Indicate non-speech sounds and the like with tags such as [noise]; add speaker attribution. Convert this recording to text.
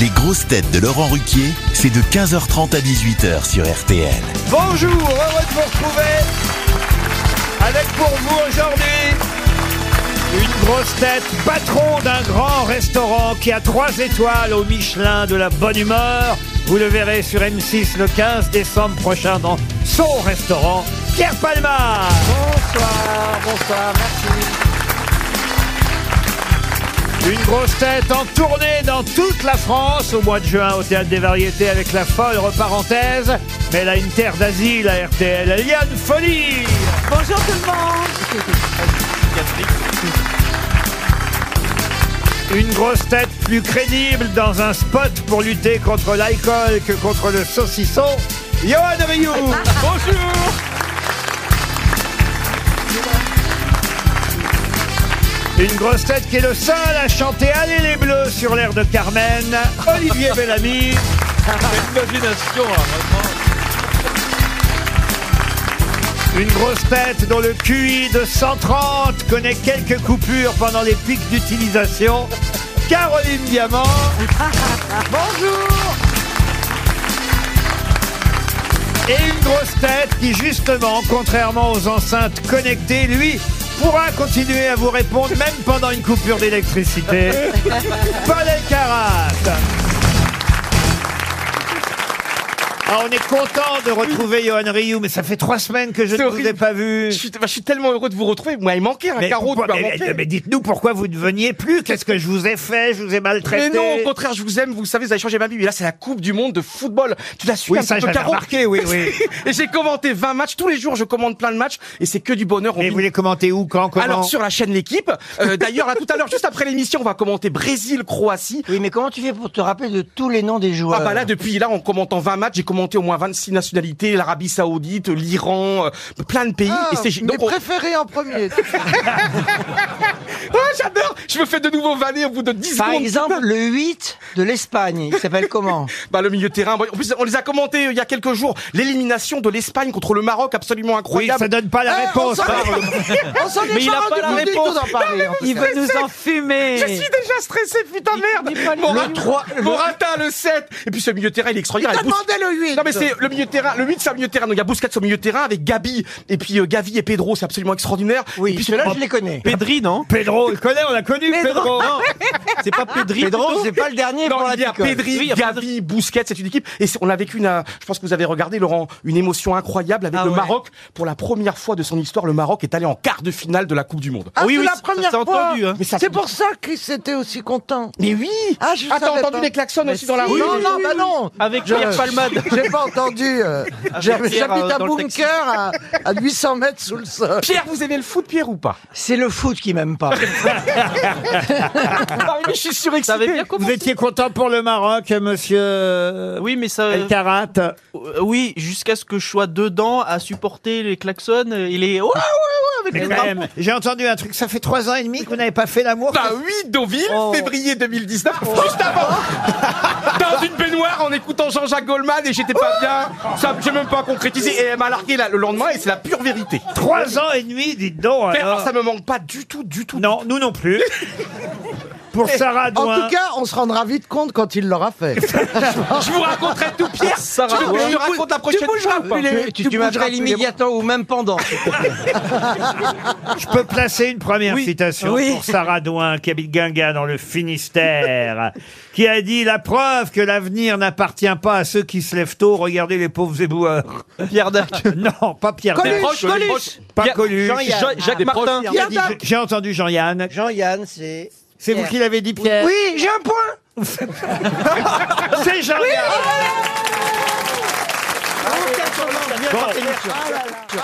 Speaker 1: Les grosses têtes de Laurent Ruquier, c'est de 15h30 à 18h sur RTL.
Speaker 2: Bonjour, heureux de vous retrouver avec pour vous aujourd'hui une grosse tête, patron d'un grand restaurant qui a trois étoiles au Michelin de la bonne humeur. Vous le verrez sur M6 le 15 décembre prochain dans son restaurant, Pierre Palma. Bonsoir, bonsoir, merci. Une grosse tête en tournée dans toute la France au mois de juin au Théâtre des Variétés avec la folle reparenthèse. Mais elle a une terre d'asile à RTL, Liane Folie Bonjour tout le monde Une grosse tête plus crédible dans un spot pour lutter contre l'alcool que contre le saucisson, Johan Rioux Bonjour Une grosse tête qui est le seul à chanter Allez les Bleus sur l'air de Carmen, Olivier Bellamy.
Speaker 3: L'imagination,
Speaker 2: Une grosse tête dont le QI de 130 connaît quelques coupures pendant les pics d'utilisation, Caroline Diamant. Bonjour Et une grosse tête qui, justement, contrairement aux enceintes connectées, lui, pourra continuer à vous répondre même pendant une coupure
Speaker 3: [laughs]
Speaker 2: d'électricité. Paul Elkarat. Ah, on est content de retrouver Johan Rioux, mais ça fait trois semaines que je ne vous ai pas vu. Je suis,
Speaker 3: bah,
Speaker 2: tellement heureux de vous retrouver. Moi, il manquait
Speaker 3: un carreau, hein, tu m'as
Speaker 2: mais,
Speaker 3: manqué.
Speaker 2: mais dites-nous pourquoi vous ne veniez plus. Qu'est-ce que je vous ai fait Je vous ai maltraité.
Speaker 3: Mais non, au contraire, je vous aime, vous savez, vous avez changé ma vie. Mais là, c'est la Coupe du Monde de football. Tu l'as su
Speaker 2: Oui,
Speaker 3: un
Speaker 2: ça,
Speaker 3: petit peu,
Speaker 2: j'avais
Speaker 3: Caro
Speaker 2: remarqué, oui, oui.
Speaker 3: [laughs] et j'ai commenté 20 matchs. Tous les jours, je commande plein de matchs. Et c'est que du bonheur.
Speaker 2: Et vous les commentez où, quand, comment
Speaker 3: Alors, sur la chaîne L'équipe. Euh, D'ailleurs, là, tout à l'heure, juste après l'émission, on va commenter Brésil, Croatie.
Speaker 4: Oui, mais comment tu fais pour te rappeler de tous les noms des joueurs
Speaker 3: Ah bah là depuis là en commentant 20 matchs j'ai commenté au moins 26 nationalités l'Arabie Saoudite l'Iran euh, plein de
Speaker 2: Ah,
Speaker 3: pays et c'est donc on-
Speaker 4: préférés Ah, en [laughs] premier.
Speaker 3: Ah, j'adore je me fais de nouveau vanner au bout de 10
Speaker 4: Par
Speaker 3: secondes
Speaker 4: exemple, le 8 de l'Espagne, il s'appelle comment
Speaker 3: Bah, le milieu de terrain. En plus, on les a commentés euh, il y a quelques jours. L'élimination de l'Espagne contre le Maroc, absolument
Speaker 2: Oui,
Speaker 3: incroyable.
Speaker 2: ça donne pas la
Speaker 4: Eh,
Speaker 2: réponse.
Speaker 4: on s'en-
Speaker 2: Parle.
Speaker 4: [laughs] [laughs] On s'en est
Speaker 3: Mais il
Speaker 4: déjà
Speaker 3: a pas
Speaker 4: rendu
Speaker 3: la
Speaker 4: compte du
Speaker 3: réponse.
Speaker 4: tout d'en parler. en tout
Speaker 5: Il
Speaker 4: cas.
Speaker 5: va nous enfumer.
Speaker 3: [laughs] Je suis déjà stressé, putain merde.
Speaker 5: n'est pas le
Speaker 3: Morata-
Speaker 5: milieu.
Speaker 4: Trois- le-
Speaker 3: Morata, le 7. Et puis ce milieu de terrain, il est extraordinaire.
Speaker 4: Il t'a
Speaker 3: Avec Bous-
Speaker 4: demandé le 8.
Speaker 3: Non mais c'est le milieu de terrain, le 8 c'est un milieu de terrain. Donc il y a Busquets au milieu de terrain avec Gabi et puis euh, Gavi et Pedro, c'est absolument extraordinaire. et
Speaker 4: Oui,
Speaker 3: puis
Speaker 4: ceux-là, je les connais.
Speaker 5: Pedri, non
Speaker 2: Pedro, on le connaît, on l'a connu, Pedro.
Speaker 5: Non, c'est pas Pedri.
Speaker 4: Pedro,
Speaker 5: plutôt
Speaker 4: c'est pas le dernier
Speaker 3: Non,
Speaker 4: pour la
Speaker 3: il y a
Speaker 4: Ticole.
Speaker 3: Pedri, Gavi, Busquets, c'est une équipe. Et c'est- on a vécu une, euh, je pense que vous avez regardé, Laurent, une émotion incroyable avec
Speaker 5: Ah
Speaker 3: le
Speaker 5: ouais.
Speaker 3: Maroc. Pour la première fois de son histoire, le Maroc est allé en quart de finale de la Coupe du Monde.
Speaker 4: Ah,
Speaker 5: Oui,
Speaker 4: c'est
Speaker 5: oui,
Speaker 4: la
Speaker 5: ça-
Speaker 4: première
Speaker 5: ça,
Speaker 4: fois.
Speaker 5: entendu, hein.
Speaker 3: Mais ça-
Speaker 4: C'est pour ça que c'était aussi content.
Speaker 3: Mais oui
Speaker 4: Ah, je
Speaker 3: Ah, t'as
Speaker 4: savais
Speaker 3: entendu
Speaker 4: pas.
Speaker 3: les klaxons aussi dans la
Speaker 4: Si,
Speaker 3: rue
Speaker 4: Non, non, bah non.
Speaker 5: Avec Pierre Palmade.
Speaker 4: J'ai pas entendu. euh, J'habite
Speaker 5: Pierre, euh,
Speaker 4: un
Speaker 5: dans le
Speaker 4: bunker à, à 800 mètres sous le sol.
Speaker 3: Pierre, vous aimez le foot, Pierre, ou pas
Speaker 4: C'est le foot qui m'aime pas.
Speaker 3: Ah, mais je suis surexcité.
Speaker 5: Ça avait [laughs] bien commencé.
Speaker 2: Vous étiez content pour le Maroc, monsieur euh,
Speaker 5: Oui, mais ça.
Speaker 2: El Karat
Speaker 5: Euh, Oui, jusqu'à ce que je sois dedans à supporter les klaxons euh, et les. Ouais, ouais, ouais, avec
Speaker 2: Mais
Speaker 5: les
Speaker 2: quand
Speaker 5: drapeaux.
Speaker 2: même, j'ai entendu un truc, ça fait trois ans et demi que vous n'avez pas fait l'amour.
Speaker 3: Bah oui, Deauville, février 2019, juste avant Oh. [laughs] Dans une baignoire en écoutant Jean-Jacques Goldman et j'étais pas bien, ça j'ai même pas concrétisé et elle m'a largué là, le lendemain et c'est la pure vérité.
Speaker 2: Trois ans et demi, dites donc.
Speaker 3: Pierre,
Speaker 2: alors.
Speaker 3: alors, ça me manque pas du tout, du tout.
Speaker 2: Non, nous non plus. pour Sarah
Speaker 4: En
Speaker 2: Douin.
Speaker 4: tout cas, on se rendra vite compte quand il l'aura fait.
Speaker 3: Je vous raconterai tout, Pierre
Speaker 5: Sarah,
Speaker 3: Je vous
Speaker 5: ouais.
Speaker 3: je vous raconte la prochaine fois ou pas
Speaker 4: Tu, tu, tu m'appelles immédiatement ou même pendant.
Speaker 2: Je peux placer une première
Speaker 5: Oui.
Speaker 2: citation
Speaker 4: Oui.
Speaker 2: pour Sarah Douin, qui habite Guingamp dans le Finistère, qui a dit La preuve que l'avenir n'appartient pas à ceux qui se lèvent tôt, regardez les pauvres éboueurs. [laughs]
Speaker 5: Pierre [laughs] Dac.
Speaker 2: non, pas Pierre
Speaker 4: Coluche,
Speaker 2: Dac,
Speaker 3: Proche,
Speaker 5: Coluche.
Speaker 3: proche.
Speaker 2: pas
Speaker 5: Pierre-
Speaker 2: Coluche.
Speaker 4: Jean-Yann.
Speaker 5: Ja- Jacques
Speaker 3: Des
Speaker 5: Martin.
Speaker 3: proches.
Speaker 4: Pierre Dac.
Speaker 2: J'ai entendu Jean-Yann.
Speaker 4: Jean-Yann, c'est.
Speaker 2: C'est vous
Speaker 4: Pierre.
Speaker 2: qui l'avez dit, Pierre
Speaker 4: Oui, j'ai un point.
Speaker 2: [laughs] C'est Jean-Yann
Speaker 4: Ah, là, là.